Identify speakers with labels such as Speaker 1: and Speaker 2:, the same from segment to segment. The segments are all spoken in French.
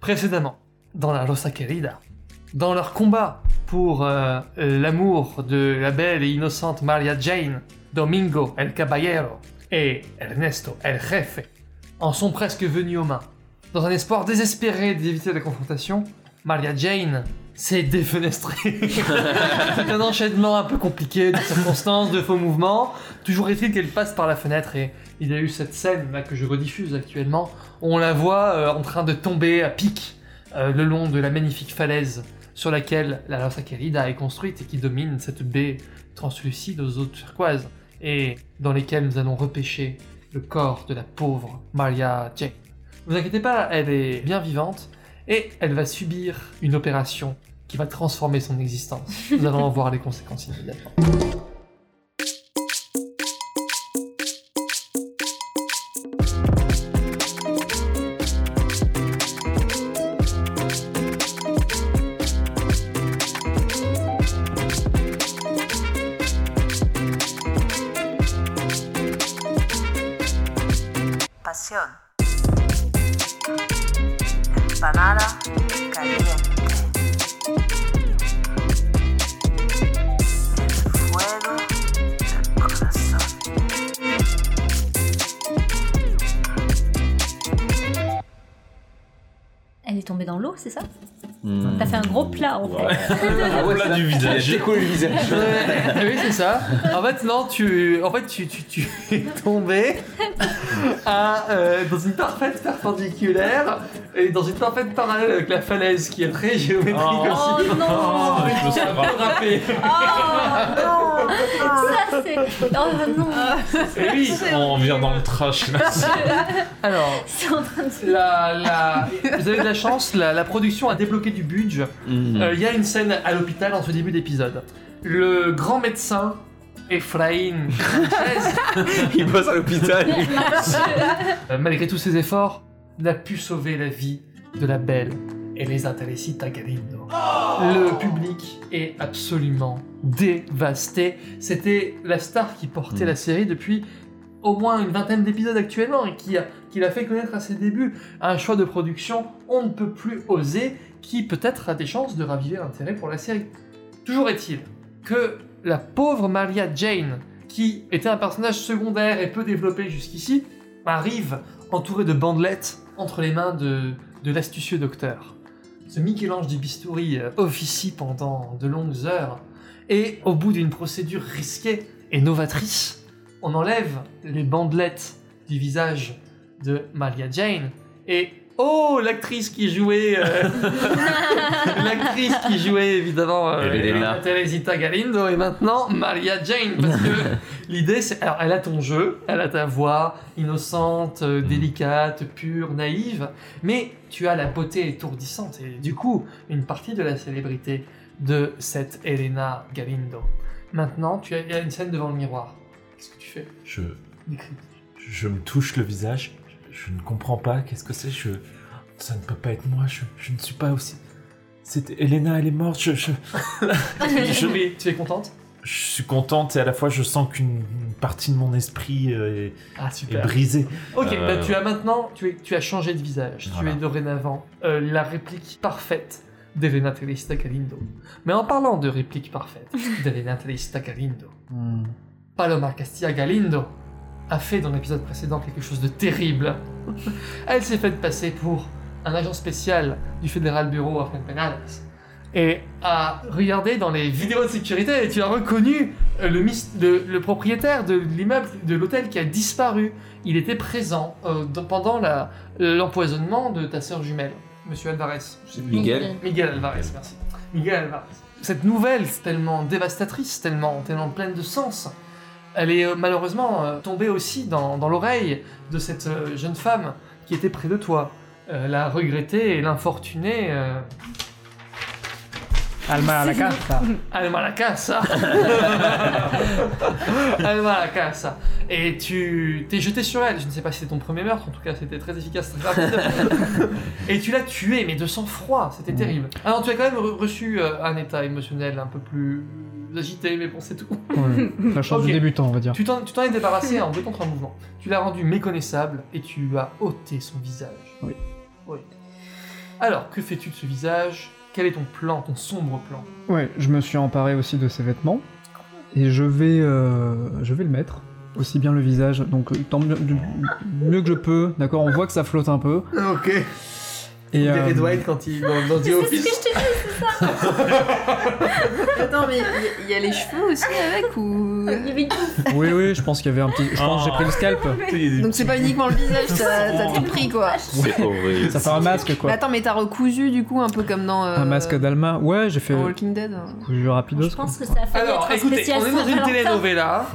Speaker 1: précédemment dans la Rosa Querida. Dans leur combat pour euh, l'amour de la belle et innocente Maria Jane, Domingo el Caballero et Ernesto el Jefe en sont presque venus aux mains. Dans un espoir désespéré d'éviter la confrontation, Maria Jane s'est défenestrée. C'est un enchaînement un peu compliqué de circonstances, de faux mouvements. Toujours est-il qu'elle passe par la fenêtre et il y a eu cette scène là, que je rediffuse actuellement. où On la voit euh, en train de tomber à pic euh, le long de la magnifique falaise sur laquelle la Rosa Querida est construite et qui domine cette baie translucide aux eaux turquoises et dans lesquelles nous allons repêcher le corps de la pauvre Maria Jane. Ne vous inquiétez pas, elle est bien vivante et elle va subir une opération qui va transformer son existence. Nous allons en voir les conséquences immédiatement.
Speaker 2: Pasión. Empanada caliente. El fuego del corazón.
Speaker 3: Elle est tombée dans l'eau, c'est ça
Speaker 4: Hmm.
Speaker 5: Mmh.
Speaker 3: T'as fait un gros plat en fait.
Speaker 5: Ah ouais,
Speaker 4: Au-delà
Speaker 5: c'est
Speaker 4: du
Speaker 5: ça.
Speaker 4: visage.
Speaker 5: Je découle le visage.
Speaker 1: Ouais, oui, c'est ça. En fait, non, tu, en fait, tu, tu, tu es tombé à, euh, dans une parfaite perpendiculaire et dans une parfaite parallèle avec la falaise qui est très géométrique
Speaker 4: Oh.
Speaker 3: Oh
Speaker 1: aussi.
Speaker 6: Oh,
Speaker 3: non
Speaker 4: Ah, je me sens pas.
Speaker 1: Râpé.
Speaker 3: Oh non Ça c'est.
Speaker 1: Ah.
Speaker 3: Oh non
Speaker 1: Et oui.
Speaker 4: On vient dans le trash là.
Speaker 1: Alors,
Speaker 3: C'est en train de se.
Speaker 1: la, la- vous avez de la chance, la, la production a débloqué du budget.
Speaker 5: Mmh.
Speaker 4: Hmm.
Speaker 1: Euh, Il y a une scène à l'hôpital en ce début d'épisode. Le grand médecin, Ephraim Sanchez,
Speaker 5: Il bosse à l'hôpital.
Speaker 1: Euh, malgré tous ses efforts, n'a pu sauver la vie de la belle et les Teresita Galindo. Le public est absolument dévasté. C'était la star qui portait
Speaker 4: Mm.
Speaker 1: la série depuis au moins une vingtaine d'épisodes actuellement et qui, a- qui l'a fait connaître à ses débuts. Un choix de production on ne peut plus oser qui peut-être a des chances de raviver l'intérêt pour la série. Toujours est-il que la pauvre Maria Jane, qui était un personnage secondaire et peu développé jusqu'ici, arrive entourée de bandelettes entre les mains de, de l'astucieux docteur. Ce Michel-Ange du Bistouri euh, officie pendant de longues heures, et au bout d'une procédure risquée et novatrice, on enlève les bandelettes du visage de Maria Jane, et oh, l'actrice qui jouait... euh, l'actrice qui jouait évidemment euh,
Speaker 4: Elle est
Speaker 5: là.
Speaker 1: Teresita Galindo, et maintenant Maria Jane, parce que L'idée, c'est. Alors, elle a ton jeu, elle a ta voix innocente, euh, délicate, pure, naïve, mais tu as la beauté étourdissante et du coup, une partie de la célébrité de cette Elena Galindo. Maintenant, tu as, il y a une scène devant le miroir. Qu'est-ce que tu fais
Speaker 4: Je,
Speaker 1: Décris.
Speaker 4: je me touche le visage. Je ne comprends pas. Qu'est-ce que c'est Je, ça ne peut pas être moi. Je, je ne suis pas aussi. C'était Elena. Elle est morte. Je, je,
Speaker 1: Ah. Tu es- Tu es contente
Speaker 4: je suis contente et à la fois je sens qu'une une partie de mon esprit euh,
Speaker 1: Ah,
Speaker 4: est, est
Speaker 1: super.
Speaker 4: brisée.
Speaker 1: Ok,
Speaker 4: Euh,
Speaker 1: bah, tu as maintenant, tu, es- tu as changé de visage.
Speaker 4: Voilà.
Speaker 1: Tu es dorénavant euh, la réplique parfaite d'Elena Telista Galindo. Mais en parlant de réplique parfaite d'Elena Telista Galindo,
Speaker 4: Hmm.
Speaker 1: Paloma Castilla Galindo a fait dans l'épisode précédent quelque chose de terrible. Elle s'est faite passer pour un agent spécial du Fédéral Bureau à Penales et a regardé dans les vidéos de sécurité et tu as reconnu euh, le, mis- le- le propriétaire de l'immeuble de l'hôtel qui a disparu. Il était présent euh, dans- pendant la- l'empoisonnement de ta sœur jumelle, Monsieur Alvarez. Je sais plus.
Speaker 5: Miguel.
Speaker 1: Miguel Alvarez, merci. Miguel Alvarez. Cette nouvelle, tellement dévastatrice, tellement, tellement pleine de sens, elle est euh, malheureusement euh, tombée aussi dans, dans l'oreille de cette euh, jeune femme qui était près de toi. Euh, la regrettée et l'infortunée euh,
Speaker 7: Alma à la carte.
Speaker 1: Alma la casa Alma la casa Et tu t'es jeté sur elle, je ne sais pas si c'était ton premier meurtre, en tout cas c'était très efficace, très rapide. et tu l'as tué, mais de sang-froid, c'était terrible. Alors tu as quand même re- reçu euh, un état émotionnel un peu plus agité, mais bon c'est tout.
Speaker 7: Ouais. La chance
Speaker 1: Ok.
Speaker 7: du débutant, on va dire.
Speaker 1: Tu t'en tu t'en es débarrassé hein, en deux contre un mouvement. Tu l'as rendu méconnaissable et tu lui as ôté son visage.
Speaker 7: Oui.
Speaker 1: Oui. Alors, que fais-tu de ce visage Quel est ton plan, ton sombre plan
Speaker 7: Ouais, je me suis emparé aussi de ses vêtements et je vais, euh, je vais le mettre aussi bien le visage, donc euh, tant mieux, du- mieux que je peux, d'accord. On voit que ça flotte un peu.
Speaker 1: Ok.
Speaker 7: Et euh,
Speaker 1: Red White quand il dans, dans The
Speaker 3: C'est ce que je
Speaker 1: Office.
Speaker 3: t'ai dit, c'est ça Attends, mais il y, a les cheveux aussi avec ou...
Speaker 7: oui, oui, je pense qu'il y avait un petit. Je pense que j'ai pris le scalp.
Speaker 3: Donc c'est pas uniquement le visage, t'as t'as tout pris quoi.
Speaker 5: C'est horrible.
Speaker 7: Ça fait un masque
Speaker 3: Mais
Speaker 7: quoi.
Speaker 3: attends, mais t'as recousu du coup un peu comme dans... euh,
Speaker 7: Un masque d'Alma. Ouais, j'ai fait.
Speaker 3: dans Walking Dead. hein.
Speaker 7: Cousu rapidos.
Speaker 6: Ah. Je
Speaker 7: quoi.
Speaker 6: pense que ça a failli
Speaker 1: Alors,
Speaker 6: être un
Speaker 1: écoutez,
Speaker 6: spécial
Speaker 1: on est dans une
Speaker 6: Saint-Valentin.
Speaker 1: telenovela.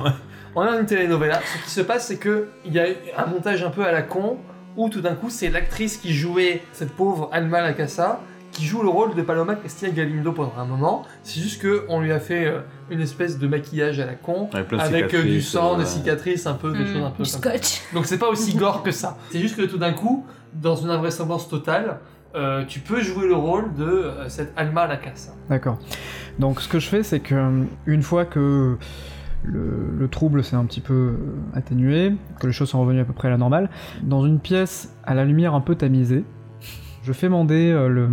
Speaker 1: On est dans une telenovela. Ce qui se passe, c'est que il y a eu un montage un peu à la con où tout d'un coup, c'est l'actrice qui jouait cette pauvre Alma Lacasa qui joue le rôle de Paloma Castilla Galindo pendant un moment. C'est juste que on lui a fait euh, une espèce de maquillage à la con.
Speaker 5: Avec, plein de
Speaker 1: Avec euh, du
Speaker 5: cicatrices,
Speaker 1: sang,
Speaker 5: euh,
Speaker 1: des cicatrices, un peu, des
Speaker 3: Mm,
Speaker 1: choses un peu
Speaker 6: Du
Speaker 1: comme ça.
Speaker 6: scotch.
Speaker 1: Donc c'est pas aussi gore que ça. C'est juste que tout d'un coup, dans une invraisemblance totale, euh, tu peux jouer le rôle de euh, cette Alma Lacasa.
Speaker 7: D'accord. Donc ce que je fais, c'est que euh, une fois que le, le trouble s'est un petit peu euh, atténué, que les choses sont revenues à peu près à la normale, dans une pièce à la lumière un peu tamisée, je fais mander euh, le,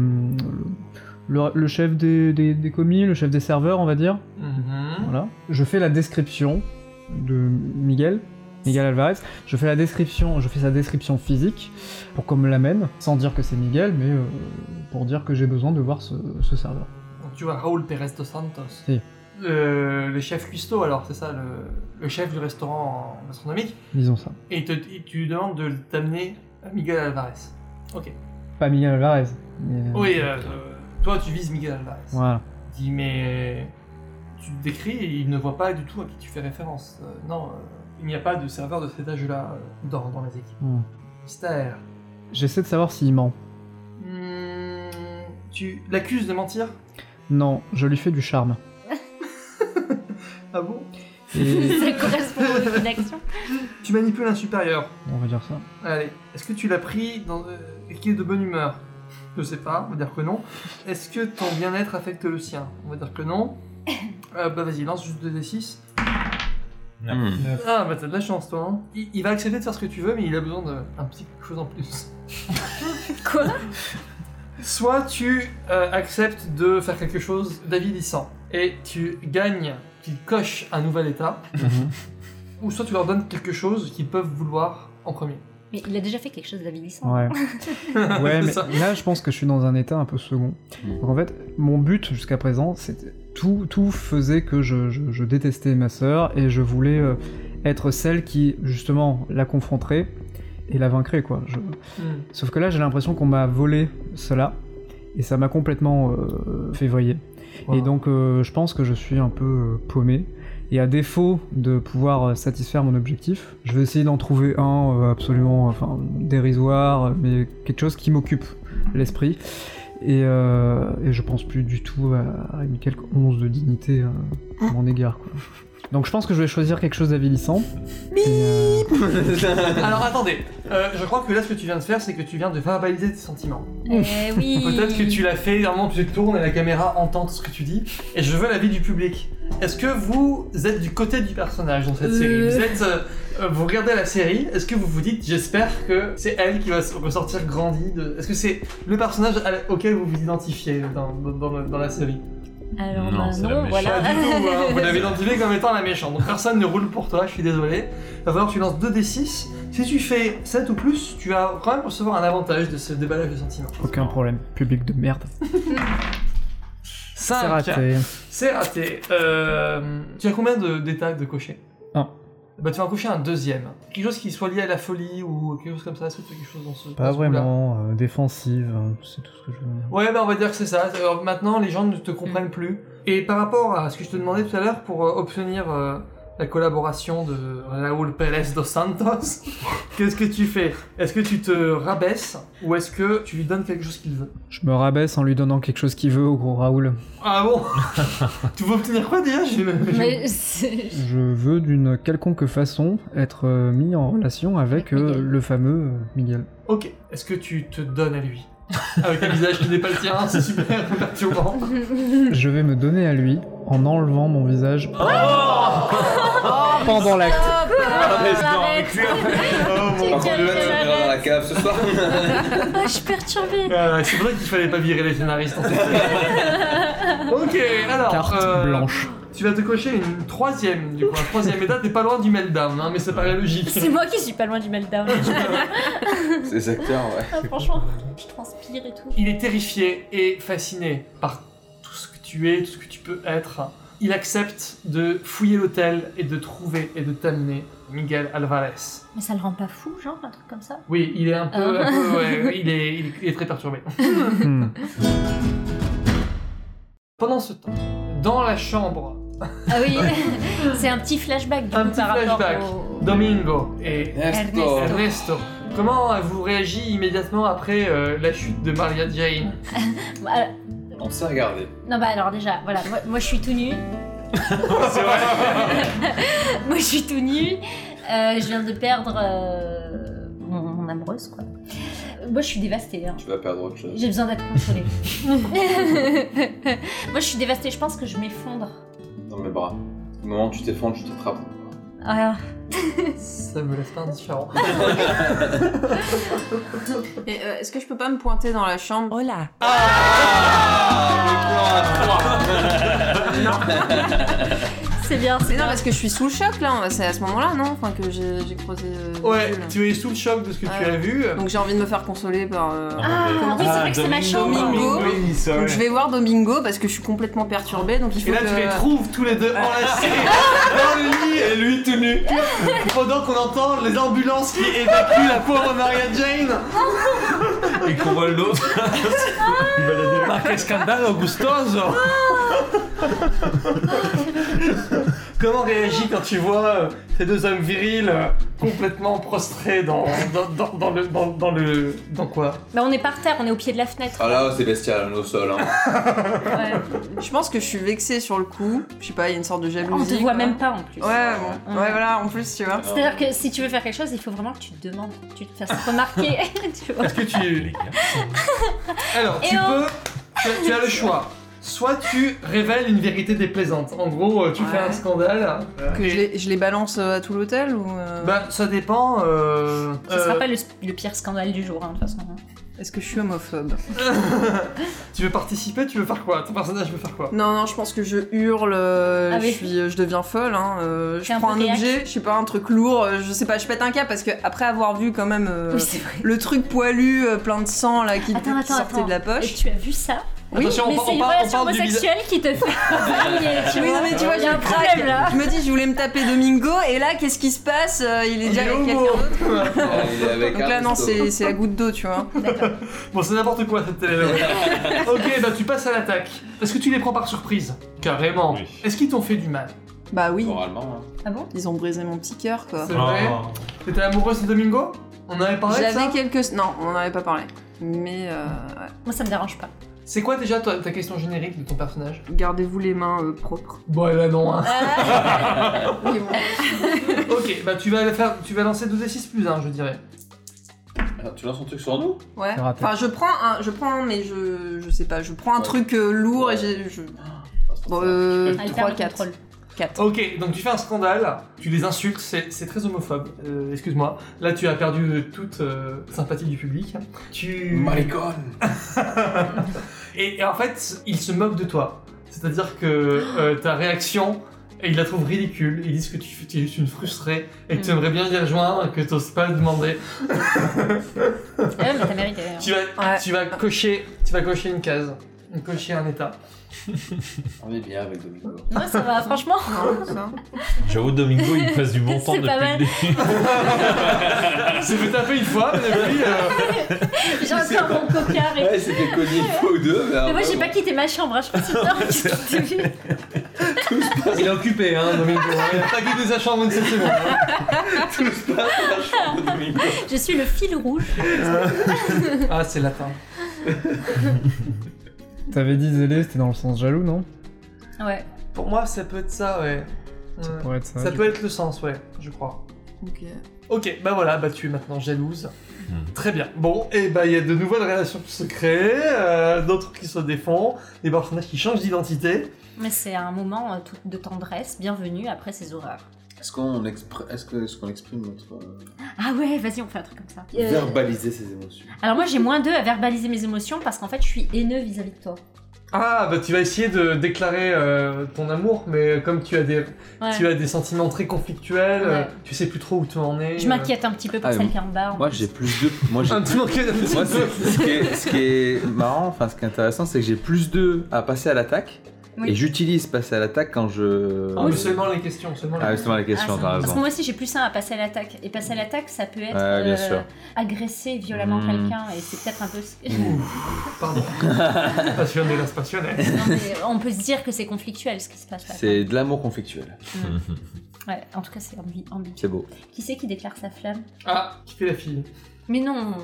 Speaker 7: le, le chef des, des- des commis, le chef des serveurs, on va dire.
Speaker 1: Mhm.
Speaker 7: Voilà. Je fais la description de Miguel. Miguel Alvarez, je fais la description, je fais sa description physique pour qu'on me l'amène, sans dire que c'est Miguel, mais euh, pour dire que j'ai besoin de voir ce- ce serveur.
Speaker 1: Donc tu vois Raoul Pérez dos Santos.
Speaker 7: Si.
Speaker 1: Euh, le chef cuistot alors, c'est ça, le, le chef du restaurant gastronomique.
Speaker 7: Disons ça.
Speaker 1: Et il te, il- tu lui demandes de t'amener à Miguel Alvarez. Ok.
Speaker 7: Pas Miguel Alvarez. mais-
Speaker 1: Oui, euh, euh, toi tu vises Miguel Alvarez.
Speaker 7: Voilà.
Speaker 1: Il dit mais tu te décris et il ne voit pas du tout à qui tu fais référence. Euh, non, euh, il n'y a pas de serveur de cet âge-là euh, dans, dans les équipes.
Speaker 7: Hmm.
Speaker 1: Mystère.
Speaker 7: J'essaie de savoir s'il ment.
Speaker 1: Hmm, tu l'accuses de mentir
Speaker 7: Non, je lui fais du charme.
Speaker 1: Ah bon
Speaker 7: Et...
Speaker 6: ça correspond à une action.
Speaker 1: Tu manipules un supérieur.
Speaker 7: on va dire ça.
Speaker 1: Allez, est-ce que tu l'as pris dans euh, et qu'il est de bonne humeur Je sais pas, on va dire que non. Est-ce que ton bien-être affecte le sien On va dire que non. Euh, bah vas-y, lance juste 2d6.
Speaker 5: Hmm.
Speaker 1: Ah bah t'as de la chance toi. hein. il, il va accepter de faire ce que tu veux, mais il a besoin d'un petit quelque chose en plus.
Speaker 6: Quoi
Speaker 1: Soit tu euh, acceptes de faire quelque chose d'avilissant et tu gagnes qu'il coche un nouvel état,
Speaker 7: Mhm.
Speaker 1: ou soit tu leur donnes quelque chose qu'ils peuvent vouloir en premier.
Speaker 6: Mais il a déjà fait quelque chose d'avilissant.
Speaker 7: Ouais. Ouais,
Speaker 1: C'est
Speaker 7: mais
Speaker 1: ça. Mm.
Speaker 7: là, je pense que je suis dans un état un peu second. Donc, en fait, mon but jusqu'à présent, c'était tout, tout faisait que je, je- je détestais ma sœur et je voulais euh, être celle qui, justement, la confronterait et la vaincrait, quoi. Je-
Speaker 1: Hmm.
Speaker 7: Sauf que là, j'ai l'impression qu'on m'a volé cela et ça m'a complètement euh, fait voyer. Et
Speaker 1: Voilà.
Speaker 7: donc, euh, je pense que je suis un peu euh, paumé. Et à défaut de pouvoir euh, satisfaire mon objectif, je vais essayer d'en trouver un euh, absolument enfin, dérisoire, euh, mais quelque chose qui m'occupe l'esprit. Et, euh, et je pense plus du tout à, à une quelque once de dignité euh, à mon égard. quoi. Donc je pense que je vais choisir quelque chose d'avilissant. Et, euh,
Speaker 1: Alors attendez, euh, je crois que là ce que tu viens de faire c'est que tu viens de verbaliser tes sentiments.
Speaker 6: Eh oui.
Speaker 1: Peut-être que tu l'as fait, à un moment tu te tournes et la caméra entend ce que tu dis. Et je veux l'avis du public. Est-ce que vous êtes du côté du personnage dans cette
Speaker 3: Euh.
Speaker 1: série Vous êtes, euh, euh, vous regardez la série. Est-ce que vous vous dites, j'espère que c'est elle qui va s- ressortir grandie de... Est-ce que c'est le personnage à- auquel vous vous identifiez dans, dans- dans le- dans la série
Speaker 6: Alors,
Speaker 5: Non,
Speaker 6: bah,
Speaker 5: c'est la
Speaker 6: non
Speaker 5: méchante.
Speaker 6: voilà.
Speaker 1: Pas du tout. hein. Vous l'avez identifié comme étant la méchante. Donc personne ne roule pour toi. Je suis désolé. Va falloir que tu lances 2d6. Si tu fais 7 ou plus, tu vas quand même recevoir un avantage de ce déballage de sentiments.
Speaker 7: aucun problème. Public de merde. C'est
Speaker 1: 5
Speaker 7: raté.
Speaker 1: C'est raté. Euh, tu as combien de- d'états de cocher
Speaker 7: Un.
Speaker 1: Bah tu vas en cocher un deuxième. Quelque chose qui soit lié à la folie ou quelque chose comme ça. Est-ce que tu as quelque chose dans ce
Speaker 7: Pas
Speaker 1: dans ce coup-là
Speaker 7: vraiment euh, défensive. euh, C'est tout ce que je veux dire.
Speaker 1: Ouais, bah on va dire que c'est ça. Alors, maintenant, les gens ne te comprennent plus. Et par rapport à ce que je te demandais tout à l'heure pour euh, obtenir euh, la collaboration de Raúl Pérez dos Santos, qu'est-ce que tu fais Est-ce que tu te rabaisses ou est-ce que tu lui donnes quelque chose qu'il veut
Speaker 7: Je me rabaisse en lui donnant quelque chose qu'il veut au gros Raoul.
Speaker 1: Ah bon Tu veux obtenir quoi déjà J'ai- j'ai-
Speaker 6: Mais c'est-
Speaker 7: Je veux d'une quelconque façon être euh, mis en relation
Speaker 6: Avec
Speaker 7: avec euh,
Speaker 6: Miguel.
Speaker 7: le fameux euh, Miguel.
Speaker 1: Ok. Est-ce que tu te donnes à lui Avec un visage qui n'est pas le tien, c'est super perturbant.
Speaker 7: Je vais me donner à lui en enlevant mon visage pendant l'acte.
Speaker 6: Hop,
Speaker 5: Ah, mais
Speaker 6: arrête.
Speaker 5: non,
Speaker 8: Ah,
Speaker 3: Ah,
Speaker 5: mais clairement. Oh, mon
Speaker 6: J'ai
Speaker 5: Dieu,
Speaker 6: calculé
Speaker 5: là, tu
Speaker 6: la
Speaker 5: me mets dans la cave ce soir
Speaker 6: Ah, je suis perturbée.
Speaker 1: Euh, c'est vrai qu'il fallait pas virer les scénaristes. en fait. ok, alors.
Speaker 7: Carte
Speaker 1: euh,
Speaker 7: blanche.
Speaker 1: Tu vas te cocher une troisième, du coup. Un troisième état, t'es pas loin du meltdown, hein, mais ça paraît logique.
Speaker 6: C'est moi qui suis pas loin du meltdown.
Speaker 5: Ces acteurs, ouais.
Speaker 6: Ah, franchement, je transpire et tout.
Speaker 1: Il est terrifié et fasciné par tout ce que tu es, tout ce que tu peux être. Il accepte de fouiller l'hôtel et de trouver et de t'amener Miguel Alvarez.
Speaker 6: Mais ça le rend pas fou, genre, un truc comme ça
Speaker 1: Oui, il est un peu,
Speaker 6: Ah.
Speaker 1: un peu, ouais, il est, il est- il est très perturbé.
Speaker 7: Hmm.
Speaker 1: Pendant ce temps, dans la chambre,
Speaker 6: Ah oui, c'est un petit flashback du
Speaker 1: Un
Speaker 6: coup,
Speaker 1: petit
Speaker 6: par
Speaker 1: flashback.
Speaker 6: rapport au...
Speaker 1: Domingo et
Speaker 6: Ernesto.
Speaker 5: Oh.
Speaker 1: Ernesto, comment avez-vous réagi immédiatement après euh, la chute de Maria Jane
Speaker 6: Bah, alors-
Speaker 5: On s'est regardé.
Speaker 6: Non, bah alors déjà, voilà, moi, moi, je suis tout nu.
Speaker 1: C'est vrai
Speaker 6: Moi je suis tout nu. Euh, je viens de perdre euh, mon, mon amoureuse, quoi. Moi je suis dévastée, hein.
Speaker 5: Tu vas perdre autre chose.
Speaker 6: J'ai besoin d'être consolée. Moi je suis dévastée, je pense que je m'effondre.
Speaker 5: Dans mes bras. Au moment où tu t'effondres, je t'attrape.
Speaker 6: Ah,
Speaker 1: Ça me laisse pas indifférent.
Speaker 8: Et, euh, Est-ce que je peux pas me pointer dans la chambre Hola
Speaker 6: c'est bien,
Speaker 3: Oh,
Speaker 6: c'est
Speaker 8: Mais non,
Speaker 6: bien.
Speaker 8: parce que je suis sous le choc là, c'est à ce moment-là, non Enfin, que j'ai j'ai creusé. euh, le
Speaker 1: Ouais,
Speaker 8: cul.
Speaker 1: tu es sous le choc de ce que tu
Speaker 8: Ouais.
Speaker 1: as vu.
Speaker 8: Donc j'ai envie de me faire consoler par. euh,
Speaker 6: Ah, oui, c'est vrai que c'est ma chambre.
Speaker 8: Domingo.
Speaker 4: Oui, ça,
Speaker 8: Donc
Speaker 4: ouais.
Speaker 8: je vais voir Domingo parce que je suis complètement perturbée, donc il faut
Speaker 1: Et là,
Speaker 8: que.
Speaker 1: tu les trouves tous les deux enlacés dans le lit et lui tout nu. Pendant qu'on entend les ambulances qui évacuent la pauvre Maria Jane.
Speaker 4: Et qu'on vole l'autre. Il va la
Speaker 1: Ma che scandalo gustoso Comment réagis quand tu vois euh, ces deux hommes virils euh, complètement prostrés dans, dans, dans- dans le, dans, dans le... Dans quoi
Speaker 6: Bah, on est par terre, on est au pied de la fenêtre.
Speaker 5: Ah là, c'est bestial, on est au sol. Hein.
Speaker 6: Ouais.
Speaker 8: Je pense que je suis vexée sur le coup. Je sais pas, il y a une sorte de jalousie.
Speaker 6: On te voit
Speaker 8: quoi.
Speaker 6: même pas en plus.
Speaker 8: Ouais, bon.
Speaker 6: Ouais.
Speaker 8: Ouais, voilà, en plus, tu vois.
Speaker 6: C'est-à-dire que si tu veux faire quelque chose, il faut vraiment que tu te demandes, que tu te fasses remarquer. tu vois.
Speaker 1: Est-ce que tu... Alors, tu
Speaker 6: Eh oh
Speaker 1: peux... Tu as, tu as le choix. Soit tu révèles une vérité déplaisante. En gros, euh, tu fais
Speaker 8: Ouais.
Speaker 1: un scandale.
Speaker 8: Que je les, je les balance euh, à tout l'hôtel ou. euh,
Speaker 1: Bah, ça dépend... Euh,
Speaker 6: Ce sera
Speaker 1: euh,
Speaker 6: pas le, sp- le pire scandale du jour, hein, de toute façon. hein.
Speaker 8: Est-ce que je suis homophobe
Speaker 1: Tu veux participer Tu veux faire quoi Ton personnage veut faire quoi
Speaker 8: Non, non, je pense que je hurle, euh,
Speaker 6: Ah
Speaker 8: je,
Speaker 6: oui.
Speaker 8: suis, euh, je deviens folle. Hein, euh,
Speaker 6: T'es
Speaker 8: je
Speaker 6: un
Speaker 8: prends
Speaker 6: peu
Speaker 8: un
Speaker 6: réac.
Speaker 8: objet, je sais pas, un truc lourd, euh, je sais pas, je pète un câble parce que après avoir vu quand même euh,
Speaker 6: Oui, c'est vrai.
Speaker 8: le truc poilu euh, plein de sang là qui,
Speaker 6: Attends,
Speaker 8: qui
Speaker 6: attends,
Speaker 8: sortait
Speaker 6: attends.
Speaker 8: de la
Speaker 6: Et
Speaker 8: poche.
Speaker 6: tu as vu ça
Speaker 8: Oui,
Speaker 1: Attention,
Speaker 6: Mais
Speaker 1: on, par-
Speaker 6: c'est
Speaker 1: on
Speaker 6: une
Speaker 1: par- on
Speaker 6: relation
Speaker 1: parle du visa-
Speaker 6: homosexuelle qui te fait vriller, tu
Speaker 8: Oui,
Speaker 6: vois.
Speaker 8: non, mais tu vois,
Speaker 6: Il y a
Speaker 8: j'ai
Speaker 6: un problème là.
Speaker 8: Euh, Je me dis, je voulais me taper Domingo, et là, qu'est-ce qui se passe Euh, Il est déjà avec quelqu'un d'autre.
Speaker 5: Ah, il est avec
Speaker 8: Donc là, non,
Speaker 5: Ernesto.
Speaker 8: c'est c'est la goutte d'eau, tu vois.
Speaker 1: Bon, c'est n'importe quoi cette télé ok, bah tu passes à l'attaque. Est-ce que tu les prends par surprise Carrément.
Speaker 4: Oui.
Speaker 1: Est-ce qu'ils t'ont fait du mal
Speaker 8: Bah oui,
Speaker 5: Moralement, hein.
Speaker 6: Ah bon
Speaker 8: ils ont brisé mon petit cœur, quoi.
Speaker 4: Ah.
Speaker 1: C'est vrai
Speaker 6: Ah.
Speaker 1: T'étais amoureuse de Domingo On avait parlé de ça
Speaker 8: J'avais quelques. Non, on n'en avait pas parlé. Mais euh, ouais.
Speaker 6: Moi ça me dérange pas.
Speaker 1: C'est quoi déjà toi- ta question générique de ton personnage
Speaker 8: gardez-vous les mains euh, propres.
Speaker 1: Bon, là non. hein.
Speaker 8: Oui, bon.
Speaker 1: ok, bah tu vas, le faire, tu vas lancer 2d6 plus 1, je dirais.
Speaker 5: Attends, tu lances ton truc sur nous
Speaker 8: Ouais.
Speaker 7: C'est raté.
Speaker 8: Enfin, je prends un, je prends, mais je, je sais pas, je prends un
Speaker 5: Ouais.
Speaker 8: truc euh, lourd et
Speaker 5: Ouais.
Speaker 8: j'ai, je,
Speaker 5: Ah, c'est
Speaker 8: bon,
Speaker 5: ça.
Speaker 8: euh,
Speaker 6: Alter
Speaker 8: 3,
Speaker 6: le
Speaker 8: 4.
Speaker 6: contrôle.
Speaker 1: Ok, donc tu fais un scandale, tu les insultes, c'est c'est très homophobe. Euh, Excuse-moi. Là, tu as perdu toute euh, sympathie du public. Tu.
Speaker 5: Maricon
Speaker 1: Et, et en fait, il se moque de toi. C'est-à-dire que euh, ta réaction, ils la trouvent ridicule. Ils disent que tu, tu es juste une frustrée et que tu
Speaker 6: Mm.
Speaker 1: aimerais bien y rejoindre et que tu n'oses pas le demander.
Speaker 6: Ah ouais, mais t'as mérité. hein.
Speaker 1: Tu vas,
Speaker 8: Ouais.
Speaker 1: tu, vas cocher, tu vas cocher une case, cocher un état.
Speaker 5: On est bien avec Domingo.
Speaker 6: Moi ça va, franchement.
Speaker 5: Oh.
Speaker 8: Non, ça.
Speaker 4: J'avoue, Domingo, il passe du bon temps
Speaker 6: C'est
Speaker 4: depuis
Speaker 6: pas
Speaker 4: le
Speaker 6: mal.
Speaker 4: début.
Speaker 1: Ah, C'est fait taper une fois, mais depuis, euh,
Speaker 6: J'ai encore mon cocard et.
Speaker 5: Ouais, c'était cogné une fois ou deux, mais.
Speaker 6: Mais moi j'ai pas
Speaker 5: après,
Speaker 6: quitté ma chambre, hein. je me suis dit, non, tu-
Speaker 1: il est occupé, hein, Domingo. Il a pas quitté sa chambre une seule seconde.
Speaker 5: bon, pas la
Speaker 6: hein.
Speaker 5: chambre de Domingo.
Speaker 6: tu- je suis le fil rouge.
Speaker 1: Ah, c'est latin.
Speaker 7: T'avais dit zélé, c'était dans le sens jaloux, non
Speaker 6: Ouais.
Speaker 1: Pour moi, ça peut être ça, ouais.
Speaker 7: Ça
Speaker 1: Ouais.
Speaker 7: pourrait être ça.
Speaker 1: Euh, Ça peut être le sens, ouais, je crois.
Speaker 8: Ok.
Speaker 1: Ok, bah voilà, bah tu es maintenant jalouse.
Speaker 4: Hmm.
Speaker 1: Très bien. Bon, et bah il y a de nouvelles relations qui se créent, euh, d'autres qui se défendent, des personnages qui changent d'identité.
Speaker 6: Mais c'est un moment euh, tout- de tendresse, bienvenue après ces horreurs.
Speaker 5: Est-ce qu'on expr- est-ce que- est-ce qu'on exprime notre. euh,
Speaker 6: Ah ouais, vas-y, on fait un truc comme ça. Euh,
Speaker 5: Verbaliser ses émotions.
Speaker 6: Alors moi, j'ai moins deux à verbaliser mes émotions parce qu'en fait, je suis haineux vis-à-vis de toi.
Speaker 1: Ah, bah tu vas essayer de déclarer euh, ton amour, mais comme tu as des,
Speaker 6: Ouais.
Speaker 1: tu as des sentiments très conflictuels, euh,
Speaker 6: Ouais.
Speaker 1: tu sais plus trop où tu en es.
Speaker 6: Je m'inquiète un petit peu pour
Speaker 5: Ah,
Speaker 6: celle
Speaker 5: mais
Speaker 6: qui est en bas. en
Speaker 5: Moi
Speaker 6: plus.
Speaker 5: j'ai plus de. Moi
Speaker 1: euh.
Speaker 5: j'ai.
Speaker 1: Un petit manqué un petit
Speaker 5: Moi,
Speaker 1: peu.
Speaker 5: c'est- ce, qui est, ce qui est marrant, enfin ce qui est intéressant, c'est que j'ai plus 2 à passer à l'attaque.
Speaker 8: Oui.
Speaker 5: Et j'utilise passer à l'attaque quand je.
Speaker 1: Ah, mais seulement les questions, seulement les
Speaker 5: Ah, justement, la
Speaker 6: Ah,
Speaker 5: question,
Speaker 6: ça-
Speaker 5: t'as
Speaker 6: Parce que
Speaker 5: raison.
Speaker 6: moi aussi j'ai plus un à passer à l'attaque. Et passer à l'attaque, ça peut être euh,
Speaker 5: Ouais, bien sûr.
Speaker 6: agresser violemment
Speaker 5: Mm.
Speaker 6: quelqu'un. Et c'est peut-être un peu. ce-
Speaker 5: Mmh.
Speaker 1: Pardon. passionné, las passionné.
Speaker 6: Non, mais on peut se dire que c'est conflictuel ce qui se passe. là.
Speaker 5: C'est de l'amour conflictuel.
Speaker 6: Ouais, en tout cas, c'est ambi- ambigu.
Speaker 5: C'est beau.
Speaker 6: Qui c'est qui déclare sa flamme
Speaker 1: Ah, qui fait la fille
Speaker 6: Mais non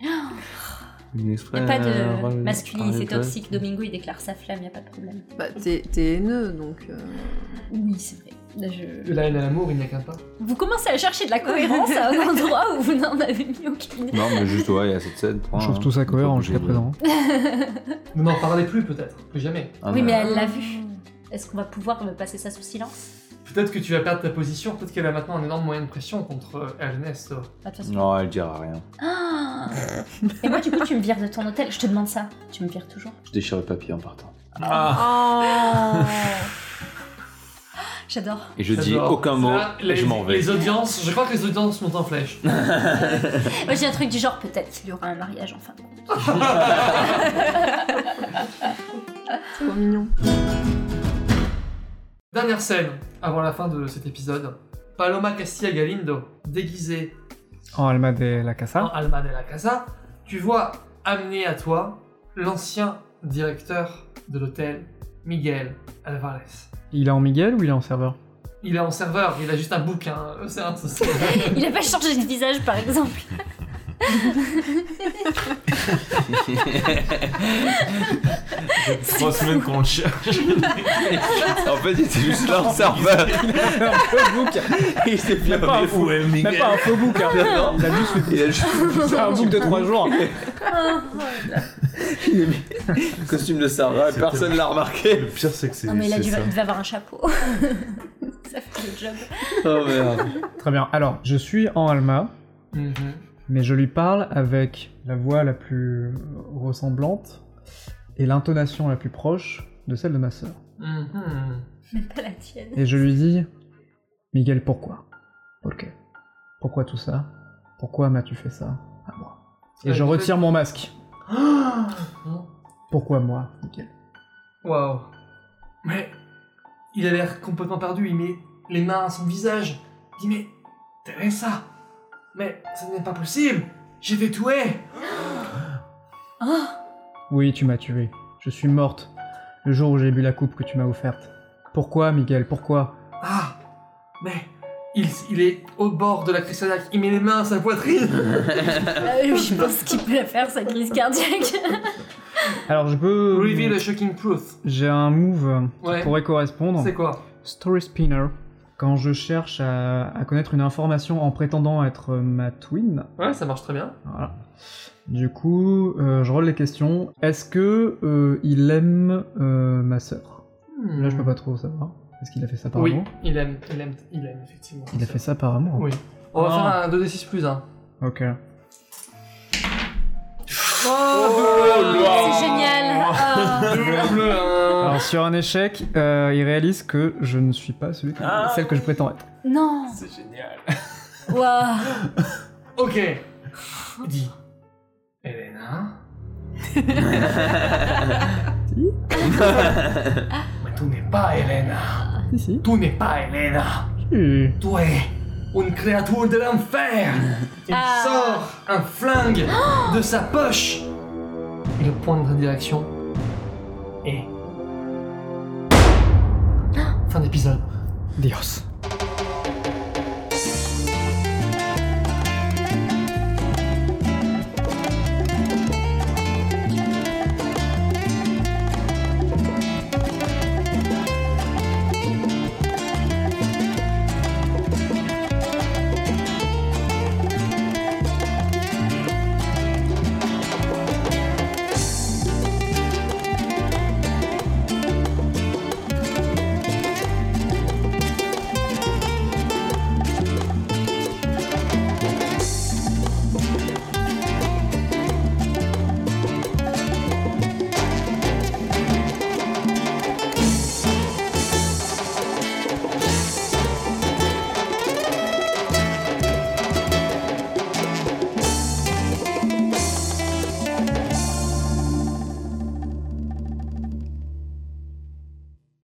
Speaker 6: Il a pas de masculinité c'est toxique. Domingo, il déclare sa flamme, il a pas de problème.
Speaker 8: Bah, t'es t'es haineux, donc. euh,
Speaker 6: Oui, c'est vrai. Là, je-
Speaker 1: La haine à l'amour, il n'y a qu'un pas.
Speaker 6: Vous commencez à chercher de la cohérence à un endroit où vous n'en avez mis aucune.
Speaker 5: Non, mais juste, ouais, il y a cette scène.
Speaker 7: Je
Speaker 5: point,
Speaker 7: trouve
Speaker 5: hein.
Speaker 7: tout ça cohérent
Speaker 5: Faut
Speaker 7: jusqu'à
Speaker 5: bouger.
Speaker 7: présent.
Speaker 1: Vous n'en parlez plus peut-être, plus jamais.
Speaker 5: Ah,
Speaker 6: Oui,
Speaker 5: non.
Speaker 6: mais elle l'a vu. Est-ce qu'on va pouvoir passer ça sous silence
Speaker 1: Peut-être que tu vas perdre ta position, peut-être qu'elle a maintenant un énorme moyen de pression contre euh, Ernesto.
Speaker 6: Bah, de toute façon,
Speaker 5: Non, elle dira rien.
Speaker 6: Ah Et moi, du coup, tu me vires de ton hôtel. Je te demande ça. Tu me vires toujours.
Speaker 5: Je déchire le papier en partant.
Speaker 6: Oh. J'adore.
Speaker 5: Et je dis
Speaker 1: J'adore.
Speaker 5: aucun mot
Speaker 1: Là,
Speaker 5: et
Speaker 1: les-
Speaker 5: je m'en vais.
Speaker 1: Les audiences, je crois que les audiences montent en flèche.
Speaker 6: Moi, j'ai un truc du genre, peut-être qu'il y aura un mariage, enfin.
Speaker 8: Trop mignon.
Speaker 1: Dernière scène avant la fin de cet épisode. Paloma Castilla Galindo, déguisée
Speaker 7: En Alma de la
Speaker 1: en
Speaker 7: Casa.
Speaker 1: Alma de la Casa, tu vois amener à toi l'ancien directeur de l'hôtel, Miguel Alvarez.
Speaker 7: Il est en Miguel ou il est en serveur
Speaker 1: Il est en serveur, il a juste un bouquin. C'est un... c'est-
Speaker 6: Il a pas changé de visage, par exemple.
Speaker 4: Trois semaines qu'on le cherche.
Speaker 5: en fait, il était juste là en serveur. il s'est bien
Speaker 7: pas un fou.
Speaker 5: Où est
Speaker 7: Même
Speaker 5: Miguel
Speaker 7: pas un faux book, hein.
Speaker 5: Non.
Speaker 7: Il a juste
Speaker 5: Il a juste
Speaker 7: fait un book de 3 jours.
Speaker 6: Ah,
Speaker 5: il a mis le costume de serveur et
Speaker 4: C'était-
Speaker 5: personne l'a remarqué.
Speaker 4: Le pire, c'est que c'est.
Speaker 6: Non, mais là,
Speaker 4: c'est
Speaker 6: il va
Speaker 4: ça.
Speaker 6: il devait avoir un chapeau. ça fait le job.
Speaker 5: Oh merde.
Speaker 7: Très bien. Alors, je suis en Alma,
Speaker 1: Mhm.
Speaker 7: mais je lui parle avec la voix la plus ressemblante et l'intonation la plus proche de celle de ma sœur.
Speaker 1: Mhm.
Speaker 6: Même pas la tienne.
Speaker 7: Et je lui dis Miguel, pourquoi Ok. Pourquoi tout ça Pourquoi m'as-tu fait ça à moi Et je retire mon masque. Pourquoi moi, Miguel
Speaker 1: Waouh. Mais il a l'air complètement perdu. Il met les mains à son visage. Il dit mais Teresa, mais ça n'est pas possible. J'ai été tué.
Speaker 6: Ah,
Speaker 7: Oui, tu m'as tué. Je suis morte le jour où j'ai bu la coupe que tu m'as offerte. Pourquoi, Miguel Pourquoi
Speaker 1: Ah, mais il, il est au bord de la crise cardiaque. Il met les mains à sa poitrine.
Speaker 6: Euh, je pense qu'il peut la faire, sa crise cardiaque.
Speaker 7: Alors, je peux.
Speaker 1: Reveal the shocking truth.
Speaker 7: J'ai un move euh, qui
Speaker 1: Ouais.
Speaker 7: pourrait correspondre.
Speaker 1: C'est quoi
Speaker 7: Story Spinner. Quand je cherche à, à connaître une information en prétendant être euh, ma twin,
Speaker 1: Ouais, ça marche très bien.
Speaker 7: voilà. Du coup, euh, je rôle les questions. Est-ce que euh, il aime euh, ma sœur Là, je peux pas trop savoir. Est-ce qu'il a fait ça par
Speaker 1: Oui,
Speaker 7: amour
Speaker 1: il aime, il aime, il aime effectivement.
Speaker 7: Il a fait ça par amour.
Speaker 1: Oui. On va
Speaker 7: Oh.
Speaker 1: faire un 2d6 plus hein. 1.
Speaker 7: Ok.
Speaker 6: Oh,
Speaker 1: Oh,
Speaker 4: Oh,
Speaker 6: C'est génial. Ah.
Speaker 1: Bleu, hein.
Speaker 7: Alors sur un échec, euh, il réalise que je ne suis pas celui que-
Speaker 1: Ah.
Speaker 7: celle que je prétends être.
Speaker 6: Non.
Speaker 4: C'est génial.
Speaker 6: Waouh.
Speaker 1: Ok. Dis. Elena. Mais tu n'es pas Elena.
Speaker 7: Si si.
Speaker 1: Tu n'es pas Elena.
Speaker 7: Si.
Speaker 1: Tu es une créature de l'enfer. Il
Speaker 6: Ah.
Speaker 1: sort un flingue de sa poche. Et le point de redirection est. Fin d'épisode.
Speaker 7: Dios.